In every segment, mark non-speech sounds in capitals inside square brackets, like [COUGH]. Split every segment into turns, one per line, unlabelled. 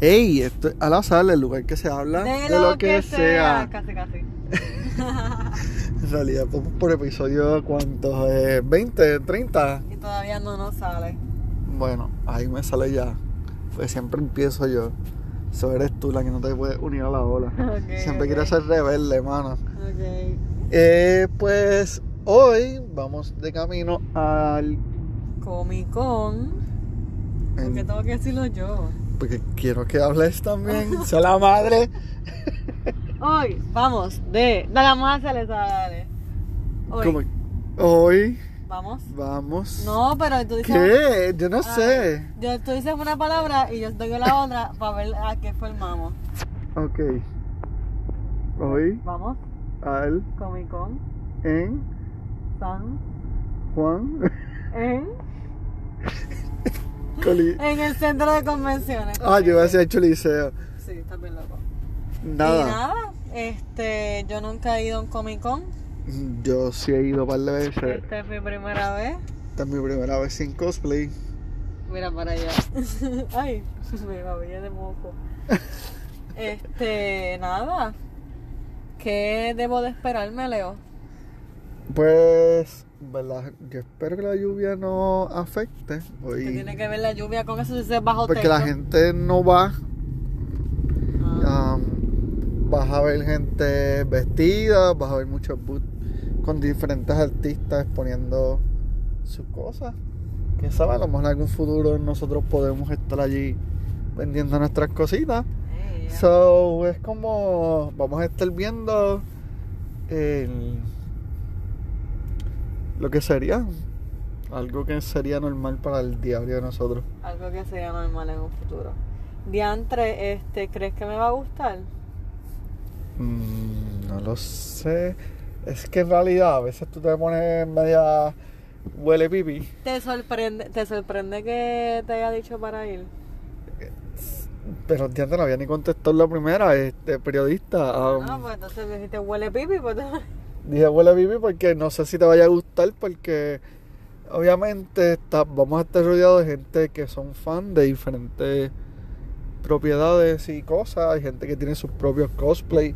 Ey, esto es al azar el lugar que se habla de, lo, que, sea.
Casi, casi.
En realidad, vamos por episodio, ¿cuántos? Eh, ¿20? ¿30?
y todavía no nos sale.
Bueno, ahí me sale ya. Pues siempre empiezo yo. Eso eres tú la que no te puedes unir a la ola.
Ok,
siempre
ok.
quieres ser rebelde, mano.
Ok.
Eh, pues hoy vamos de camino al.
Comic Con. ¿Por qué
en-
tengo que decirlo yo?
porque quiero que hables también. Sea la madre.
Hoy vamos de. Dale, vamos a hacerle, dale. Hoy
Como- hoy
vamos.
vamos.
No, pero tú dices.
¿Qué? Yo no
Ah,
sé.
yo- tú dices una palabra y yo digo la otra para ver a qué formamos.
Ok. Hoy
Vamos,
al
Comic Con,
en
San,
Juan [LAUGHS]
en.
Coli.
En el centro de convenciones.
Ah, yo iba a decir Choliseo.
Sí, está bien loco. Y
Nada.
nada, este, yo nunca he ido a un Comic Con.
Yo sí he ido un par de veces.
Esta es mi primera vez.
Esta es mi primera vez sin cosplay.
Mira para allá. [LAUGHS] Ay, me babé de moco. Este, nada. ¿Qué debo de esperarme, Leo?
Pues, ¿verdad? Yo espero que la lluvia no afecte.
Que
Hoy-
tiene que ver la lluvia con eso si se bajo
porque la
techo?
gente no va.
Ah,
um, vas a ver gente vestida, vas a ver muchos booths con diferentes artistas exponiendo sus cosas. Quién sabe, a lo mejor en algún futuro nosotros podemos estar allí vendiendo nuestras cositas.
eh, ya.
So, es como vamos a estar viendo el- lo que sería algo que sería normal para el diario de nosotros.
Algo que sea normal en un futuro. Diantre, este, ¿crees que me va a gustar?
Mm, no lo sé. Es que en realidad a veces tú te pones media huele pipi.
¿Te sorprende, te sorprende que te haya dicho para ir?
Pero ya no había ni contestado la primera, este periodista.
Ah,
um,
pues entonces si te huele pipi, pues... [LAUGHS]
Dije huele pipi porque no sé si te vaya a gustar porque obviamente está- vamos a estar rodeados de gente que son fan de diferentes propiedades y cosas. Hay gente que tiene sus propios cosplay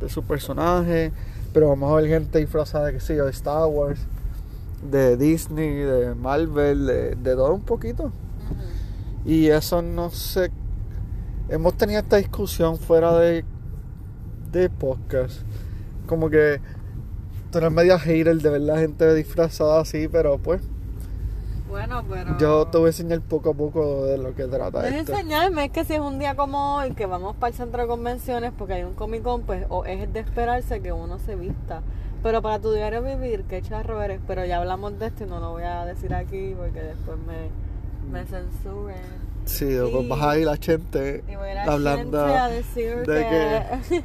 de sus personajes. Pero vamos a ver gente disfrazada de, qué sé yo, de Star Wars, de Disney, de Marvel, de, de todo un poquito. Y eso no sé. Hemos tenido esta discusión fuera de, de podcast. Como que tú eres media hater de ver la gente disfrazada así, pero pues
Bueno, pero...
yo te voy a enseñar poco a poco de lo que trata
Puedes
esto.
enseñarme, es que si es un día como hoy, que vamos para el centro de convenciones porque hay un Comic Con, pues o es de esperarse que uno se vista. Pero para tu diario vivir, qué charro eres. Pero ya hablamos de esto y no lo voy a decir aquí porque después me, me censuren.
Mm. Sí, pues vas a ir la gente
Y voy a ir a
hablando
gente a decir
de
[LAUGHS]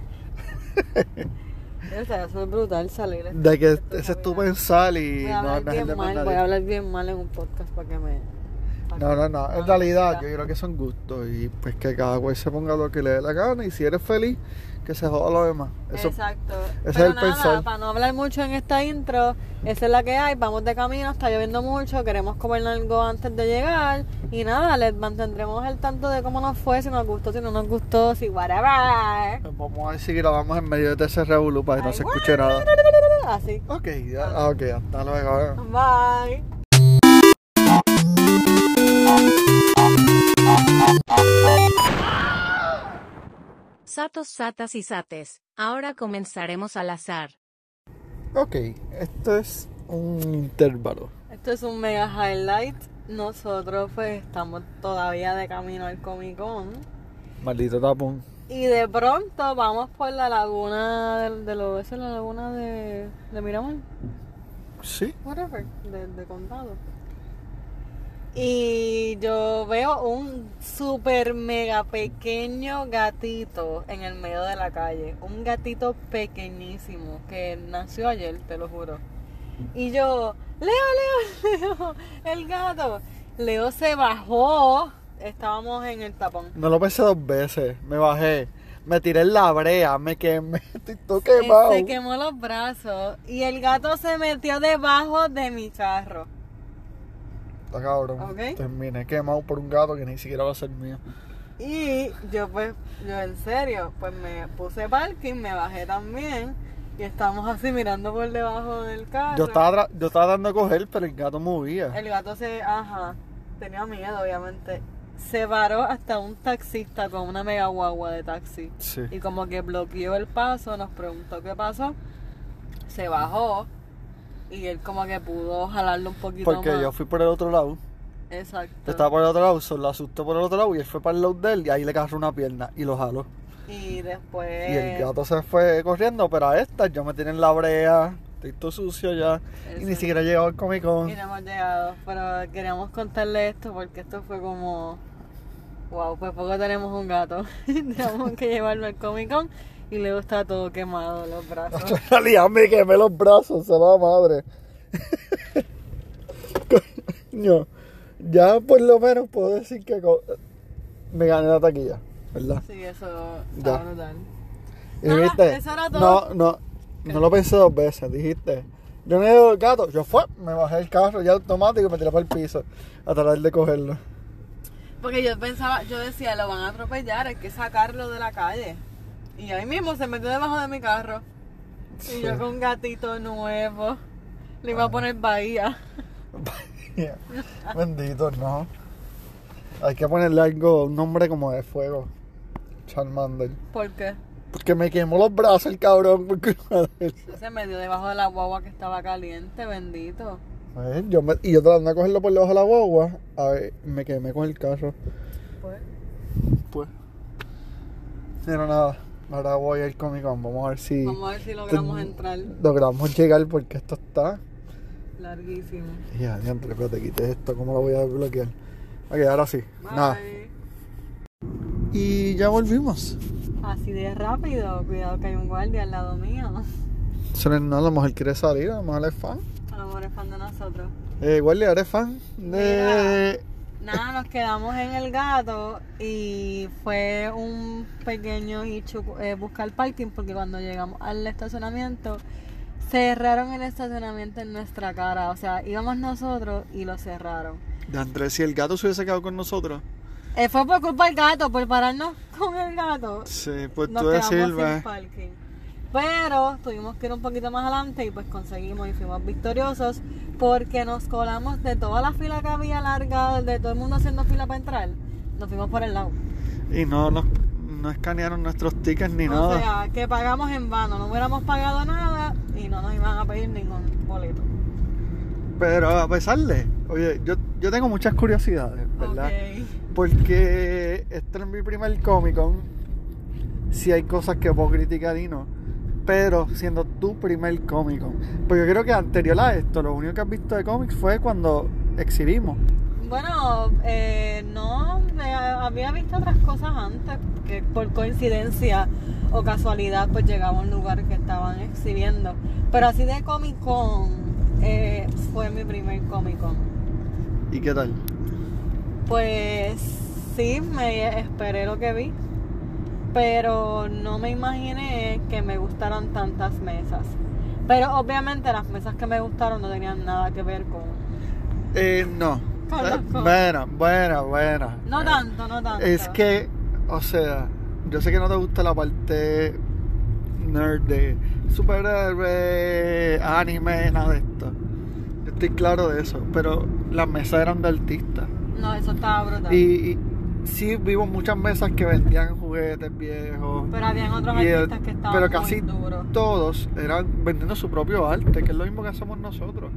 que... [LAUGHS] o sea, eso es brutal salir.
de que
esto
ese es tu
Navidad.
pensar y
Voy a
no
hablar
no es el de más
bien mal, voy a
nadie.
hablar bien mal en un podcast para que me... para
No,
que-
no, no.
no,
En
no,
realidad,
mira.
yo creo que son gustos y pues que cada güey se ponga lo que le dé la gana y si eres feliz, que se joda lo demás. Eso,
Exacto.
es
Pero
el
nada,
pensar.
Para no hablar mucho en esta intro, esa es la que hay. Vamos de camino, está lloviendo mucho, queremos comer algo antes de llegar. Y nada, les mantendremos al tanto de cómo nos fue, si nos gustó, si no nos gustó, si whatever.
Pues Vamos a ver si grabamos en medio de ese revolú para que no se escuche nada.
Así.
Ok, ya, ah, ok, hasta luego. ¿eh?
Bye.
Satos, satas y sates. Ahora comenzaremos al azar.
Ok, esto es un intervalo.
Esto es un mega highlight. Nosotros pues estamos todavía de camino al Comic Con.
Maldito tapón.
Y de pronto vamos por la laguna de, de lo, ¿esa es la laguna de, de Miramar.
Sí.
whatever, de, de condado. Y yo veo un super mega pequeño gatito en el medio de la calle. Un gatito pequeñísimo que nació ayer, te lo juro. Y yo, Leo, [LAUGHS] Leo, Leo, el gato. Leo se bajó. Estábamos en el tapón.
No lo pensé dos veces. Me bajé. Me tiré en la brea. Me quemé. [LAUGHS] Estoy todo
Eh,
quemado.
Se quemó los brazos y el gato se metió debajo de mi carro.
Está cabrón.
Ok.
Terminé quemado por un gato que ni siquiera va a ser mío.
Y yo pues, yo en serio, pues me puse parking, me bajé también y estamos así mirando por debajo del carro.
Yo estaba, tra- yo estaba dando a coger, pero el gato movía.
El gato se, ajá, tenía miedo obviamente. Se paró hasta un taxista con una mega guagua de taxi.
Sí.
Y como que bloqueó el paso, nos preguntó qué pasó, se bajó y él como que pudo jalarlo un poquito
Porque
más.
yo fui por el otro lado.
Exacto.
Yo estaba por el otro lado, solo lo asusté por el otro lado y él fue para el lado de él y ahí le agarró una pierna y lo jaló.
Y después...
Y el gato se fue corriendo, pero a esta yo me tienen en la brea, estoy todo sucio ya. Y ni
Eso.
siquiera he llegado al Comic Con.
Y no hemos llegado, pero queríamos contarle esto porque esto fue como. Wow, pues poco tenemos un gato. [LAUGHS] Tenemos que llevarlo al Comic Con y luego está todo quemado los
[LAUGHS]
brazos.
[LAUGHS] En realidad me quemé los brazos, se va madre. [LAUGHS] Coño, ya por lo menos puedo decir que co- me gané la taquilla, ¿verdad?
Sí, eso
Ya.
está brutal.
Y
Nada,
dijiste,
eso era todo.
No, no, no lo pensé dos veces, dijiste. Yo no he el gato, yo fue, me bajé el carro ya automático y me tiré para el piso a tratar de cogerlo. [LAUGHS]
Porque yo pensaba, yo decía, lo van a atropellar, hay que sacarlo de la calle. Y ahí mismo se metió debajo de mi carro. Y yo con un gatito nuevo. Le iba a poner bahía. [LAUGHS]
Bendito, no. Hay que ponerle algo, un nombre como de fuego. Charmander.
¿Por qué?
Porque me quemó los brazos el cabrón. por [LAUGHS] culpa de él.
Se metió debajo de la guagua que estaba caliente, bendito.
Pues, yo me- y yo tratando de cogerlo por debajo de la guagua, a ver, me quemé con el carro.
Pues.
Pues. Pero nada, ahora voy al Comic Con. Vamos a ver si
Vamos a ver si logramos entrar
logramos llegar porque esto está.
larguísimo.
Ya, diantre, pero te quité esto, ¿cómo lo voy a desbloquear? Ok, ahora sí.
Bye.
Nada. Y ya volvimos.
Así de rápido, cuidado que hay un guardia al lado mío.
Eso no es nada, a lo mejor quiere salir, a lo mejor es fan.
A lo mejor es fan de nosotros.
Eh, guardia, ¿eres fan? De...
Nada, nos quedamos en el gato y fue un pequeño hecho eh, buscar parking porque cuando llegamos al estacionamiento cerraron el estacionamiento en nuestra cara. O sea, íbamos nosotros y lo cerraron.
De Andrés, si el gato se hubiese quedado con nosotros.
Eh, fue por culpa del gato, por pararnos [LAUGHS] con el gato.
Sí, pues
Nos
tú
quedamos
decir,
sin parking. Pero tuvimos que ir un poquito más adelante y pues conseguimos y fuimos victoriosos porque nos colamos de toda la fila que había larga, de todo el mundo haciendo fila para entrar. Nos fuimos por el lado.
Y no, nos- no escanearon nuestros tickets ni
o
nada.
sea, que pagamos en vano, no hubiéramos pagado nada y no nos iban a pedir ningún boleto.
Pero a pesar de, oye, yo, yo tengo muchas curiosidades, ¿verdad?
Ok.
Porque este es mi primer Comic Con. Si hay cosas que puedo criticar y no. Pero siendo tu primer Comic Con. Pues yo creo que anterior a esto, lo único que has visto de cómics fue cuando exhibimos.
Bueno, eh, no, eh, había visto otras cosas antes, que por coincidencia o casualidad pues llegaba a un lugar que estaban exhibiendo. Pero así de Comic Con eh, fue mi primer Comic Con.
¿Y qué tal?
Pues sí, me esperé lo que vi, pero no me imaginé que me gustaran tantas mesas. Pero obviamente las mesas que me gustaron no tenían nada que ver con...
Eh, no.
Con
Eh,
los cómics.
Buena, buena, buena.
No
Eh,
tanto, no tanto.
Es que, o sea, yo sé que no te gusta la parte nerd de superhéroes, anime, nada de esto. Yo estoy claro de eso, pero las mesas eran de artistas.
No, eso estaba brutal.
Y, y sí vimos muchas mesas que vendían juguetes viejos.
Pero habían otros
y el-
artistas que estaban
pero casi
muy duros.
todos eran vendiendo su propio arte, que es lo mismo que hacemos nosotros.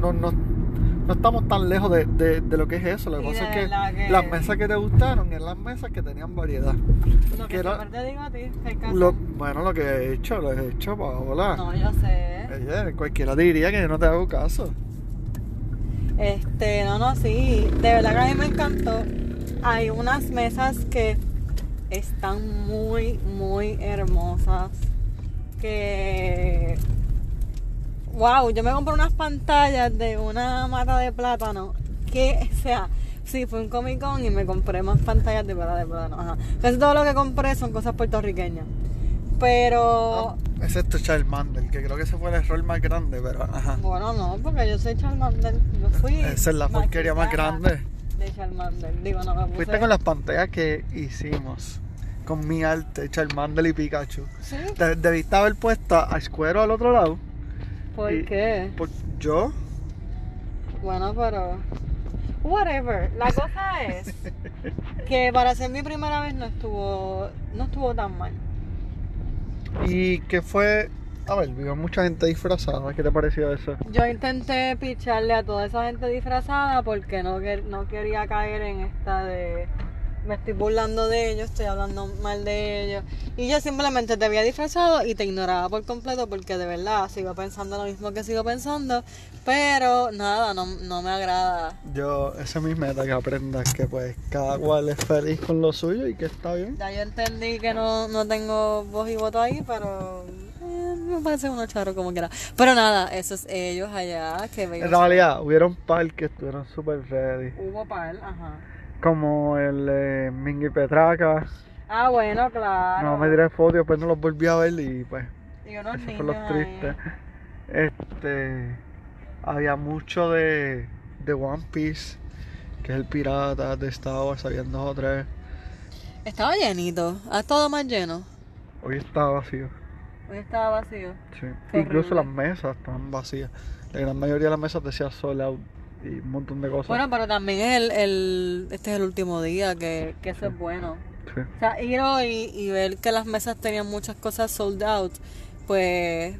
No, no, no estamos tan lejos de, de- de lo que es eso. Lo que
Y de
pasa es
verdad
que,
que-
las mesas que te gustaron eran las mesas que tenían variedad.
Lo
que
que
era-
siempre te digo a ti, que hay que
Lo-
hacer.
bueno, lo que he hecho, lo he hecho, Paola.
No, yo sé. ¿eh?
Oye, cualquiera diría que yo no te hago caso.
Este, no, no, sí. De verdad que a mí me encantó. Hay unas mesas que están muy, muy hermosas. Que. Wow, yo me compré unas pantallas de una mata de plátano. Que, o sea, sí, fue un Comic Con y me compré más pantallas de mata de plátano. Ajá. Casi todo lo que compré son cosas puertorriqueñas. Pero.
Ah, Excepto Charmander, que creo que ese fue el error más grande, pero ajá.
Bueno, no, porque yo soy Charmander. Yo fui.
Ah. Esa es la porquería más
maquillada.
grande.
de Charmander. Digo, no, me puse...
Fuiste con las pantallas que hicimos. Con mi arte, Charmander y Pikachu.
Sí,
De- debiste haber puesto a Squero al otro lado.
¿por
y-
qué?
Por- yo,
Bueno, pero... Whatever. La cosa
[LAUGHS]
es que para ser mi primera vez no estuvo, no estuvo tan mal.
¿Y qué fue? A ver, vio mucha gente disfrazada. ¿Qué te pareció eso?
Yo intenté picharle a toda esa gente disfrazada porque no, quer- no quería caer en esta de... Me estoy burlando de ellos, estoy hablando mal de ellos. Y yo simplemente te había disfrazado y te ignoraba por completo porque de verdad sigo pensando lo mismo que sigo pensando. Pero nada, no, no me agrada.
Yo, esa es mi meta, que aprendas que pues cada cual es feliz con lo suyo y que está bien.
Ya yo entendí que no, no tengo voz y voto ahí, pero eh, me parece unos charros como quiera. Pero nada, esos ellos allá que
En
veían.
realidad, hubieron par que estuvieron super ready.
Hubo par, ajá.
Como el eh, Mingy Petraca.
Ah, bueno, claro.
No me tiré fotos, después no los volví a ver y pues [LAUGHS]
Y unos
Eso
niños
fue lo
ahí.
triste. Este. Había mucho de, de One Piece, que es el pirata de Star Wars, habían dos o tres.
Estaba llenito, ha estado más lleno.
Hoy estaba vacío.
Hoy estaba vacío.
Sí.
Qué
Incluso
horrible.
las mesas estaban vacías. La gran mayoría de las mesas decía sold out y un montón de cosas.
Bueno, pero también es el, el- este es el último día, que, que eso es bueno.
Sí.
O sea, ir hoy y ver que las mesas tenían muchas cosas sold out, pues...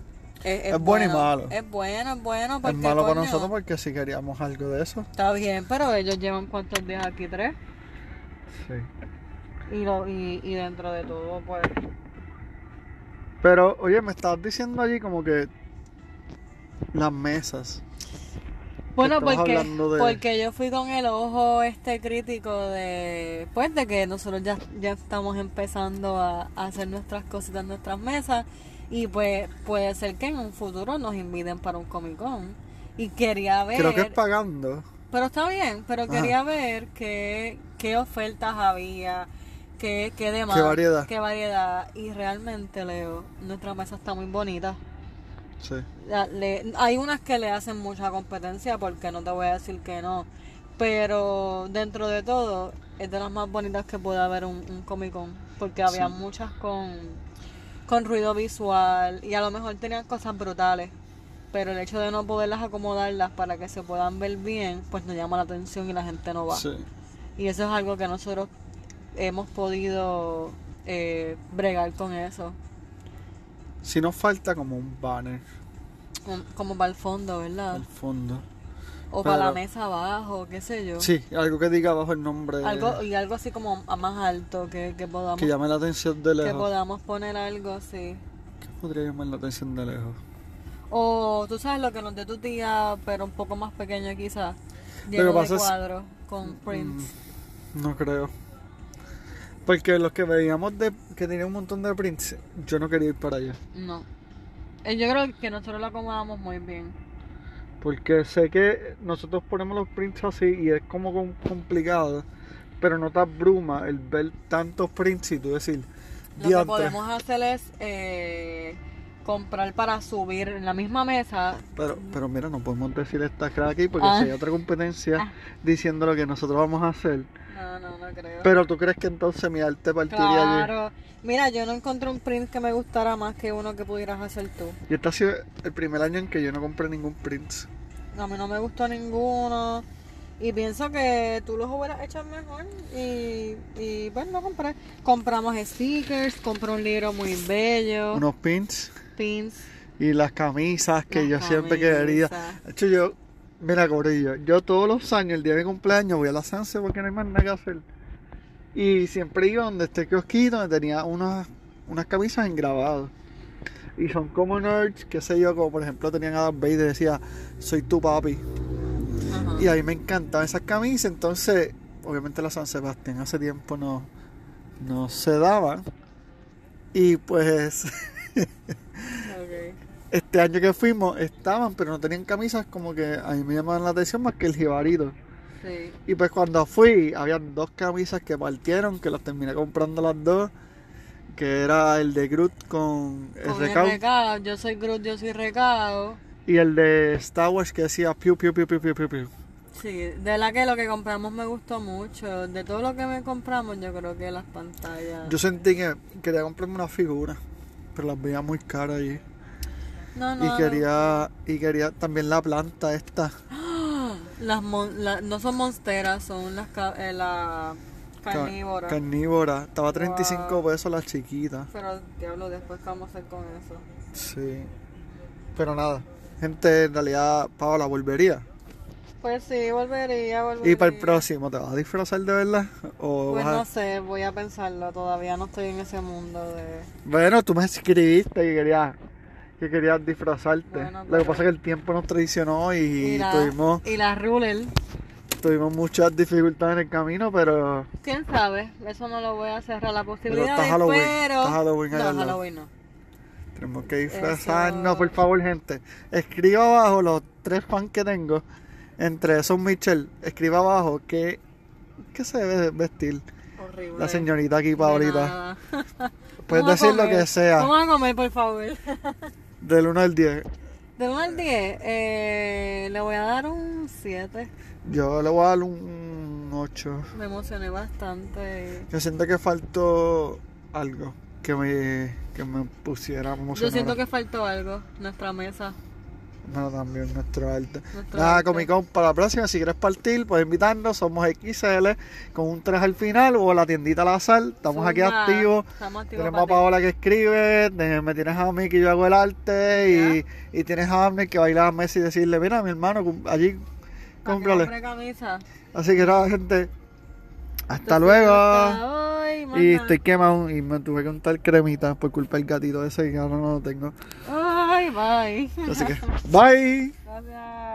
Es,
Es bueno y malo.
Es bueno, es bueno.
Es
porque,
malo para
pues coño,
nosotros porque si queríamos algo de eso.
Está bien, pero ellos llevan cuántos días aquí, tres.
Sí.
Y, lo, y, y dentro de todo, pues...
Pero, oye, me estabas diciendo allí como que las mesas.
Bueno,
Estamos
porque,
hablando de-
porque yo fui con el ojo este crítico de, pues, de que nosotros ya, ya estamos empezando a, a hacer nuestras cositas en nuestras mesas y pues puede ser que en un futuro nos inviten para un Comic Con y quería ver,
Creo que es pagando.
pero está bien, pero
Ajá.
quería ver qué, qué ofertas había, qué, qué demás,
Qué variedad.
qué variedad y realmente Leo, nuestra mesa está muy bonita.
Sí.
La- le- hay unas que le hacen mucha competencia porque no te voy a decir que no. Pero dentro de todo, es de las más bonitas que puede haber un, un Comic Con. Porque había
Sí.
muchas con, con ruido visual y a lo mejor tenían cosas brutales. Pero el hecho de no poderlas acomodarlas para que se puedan ver bien, pues nos llama la atención y la gente no va.
Sí.
Y eso es algo que nosotros hemos podido eh, bregar con eso.
Si nos falta como un banner
Como- Como para el fondo, ¿verdad?
al fondo.
O para la
Pero-
mesa abajo, qué sé yo.
Sí, algo que diga abajo el nombre.
Algo, y algo así como a más alto que, que podamos
que llame la atención de
que
lejos.
podamos poner algo así.
¿Qué podría llamar la atención de lejos?
O tú sabes lo que nos dé tu tía, pero un poco más pequeño quizás.
que
Lleno
pasa
de
es-
cuadros con prints.
Mm, No creo. Porque los que veíamos de, que tenía un montón de prints, yo no quería ir para allá.
No. Eh, Yo creo que nosotros lo acomodamos muy bien.
Porque sé que nosotros ponemos los prints así y es como com- complicado, pero no te abruma el ver tantos prints y tú decir,
Lo que
"Diantre".
podemos hacer es eh, comprar para subir en la misma mesa.
Pero, pero mira, no podemos decir esta crack aquí porque
Ah.
si hay otra competencia diciendo lo que nosotros vamos a hacer.
No, no, no creo.
Pero tú crees que entonces mi arte partiría allí.
Claro. Mira, yo no encontré un print que me gustara más que uno que pudieras hacer tú.
Y este ha sido el primer año en que yo no compré ningún print.
A mí no me gustó ninguno. Y pienso que tú los hubieras hecho mejor. Y, y pues no compré. Compramos stickers, compré un libro muy bello,
Unos pins
pins.
y las camisas que
Las
yo siempre quería.
camisas.
De hecho, yo, mira, Corillo, yo todos los años, el día de mi cumpleaños, voy a la Sanse porque no hay más nada que hacer. Y siempre iba donde este kiosquito, donde tenía unas, unas camisas engrabadas. Y son como nerds, qué sé yo, como por ejemplo tenían a Darth Vader, decía, soy tu papi.
Ajá.
Y a mí me encantaban esas camisas, entonces, obviamente la San Sebastián hace tiempo no, no se daban. Y pues
Ok.
este año que fuimos estaban, pero no tenían camisas como que a mí me llamaban la atención más que el jibarito.
Sí.
Y pues cuando fui, habían dos camisas que partieron, que las terminé comprando las dos, que era el de Groot con el
Con el
recao
recao, yo soy Groot, yo soy recao.
y el de Star Wars que decía piu piu piu piu piu piu piu.
Sí, de la que lo que compramos me gustó mucho. De todo lo que me compramos, yo creo que las pantallas.
Yo sentí que quería comprarme una figura, pero las veía muy caras allí.
no, no,
Y
no.
quería, y quería también la planta esta,
Las mon- la- no son monsteras, son las ca- eh, la
ca-
carnívoras.
carnívora. Estaba 35 pesos la chiquita.
Pero diablo, después qué vamos a hacer con eso.
Sí. Pero nada. Gente, en realidad, Paola, volvería.
Pues sí, volvería, volvería.
¿Y para el próximo te vas a disfrazar de verdad? ¿O
Pues
vas a-
no sé, voy a pensarlo. Todavía no estoy en ese mundo de.
Bueno, tú me escribiste que querías que querías disfrazarte.
Bueno,
Lo que
pero-
pasa es que el tiempo nos traicionó y,
Y la,
tuvimos,
y la ruler.
tuvimos muchas dificultades en el camino, pero
¿Quién sabe? Eso no lo voy a cerrar la posibilidad.
está Halloween,
Pero.
está Halloween ahí
no,
al lado.
Halloween no.
tenemos que disfrazarnos.
Eso-
Por favor, gente, escriba abajo los tres fans que tengo. Entre esos, Michelle, escriba abajo qué, qué se debe vestir
Horrible.
la señorita aquí,
Pues, De
Paolita.
nada. [LAUGHS]
Puedes
Vamos a
decir lo
comer.
que sea,
Vamos a comer, por favor. [LAUGHS]
del 1 al 10.
De 1 al 10, eh, le voy a dar un 7.
Yo le voy a dar un 8.
Me emocioné bastante.
Yo siento que faltó algo que me, que me pusiera
Yo
emocionado.
siento que faltó algo. Nuestra mesa.
No, también nuestro arte.
Nuestro
Nada,
arte.
Comic Con para la próxima. Si quieres partir, puedes invitarnos. Somos XL con un 3 al final o la tiendita al azar. Estamos aquí
Zumba.
activos.
Estamos activos.
Tenemos a
para ti.
Paola que escribe, de- me tienes a mí que yo hago el arte y, y tienes a Amner que baila a Messi y decirle, mira mi hermano, cum- allí
Para que
cómprale.
compre camisa.
Así que nada, gente, hasta
Entonces,
luego.
hasta hoy,
Ah. Y
mana.
estoy quemado y me tuve que untar cremita por culpa del gatito ese que ahora no lo tengo.
Ay, bye. [LAUGHS]
Así que, bye.
Gracias.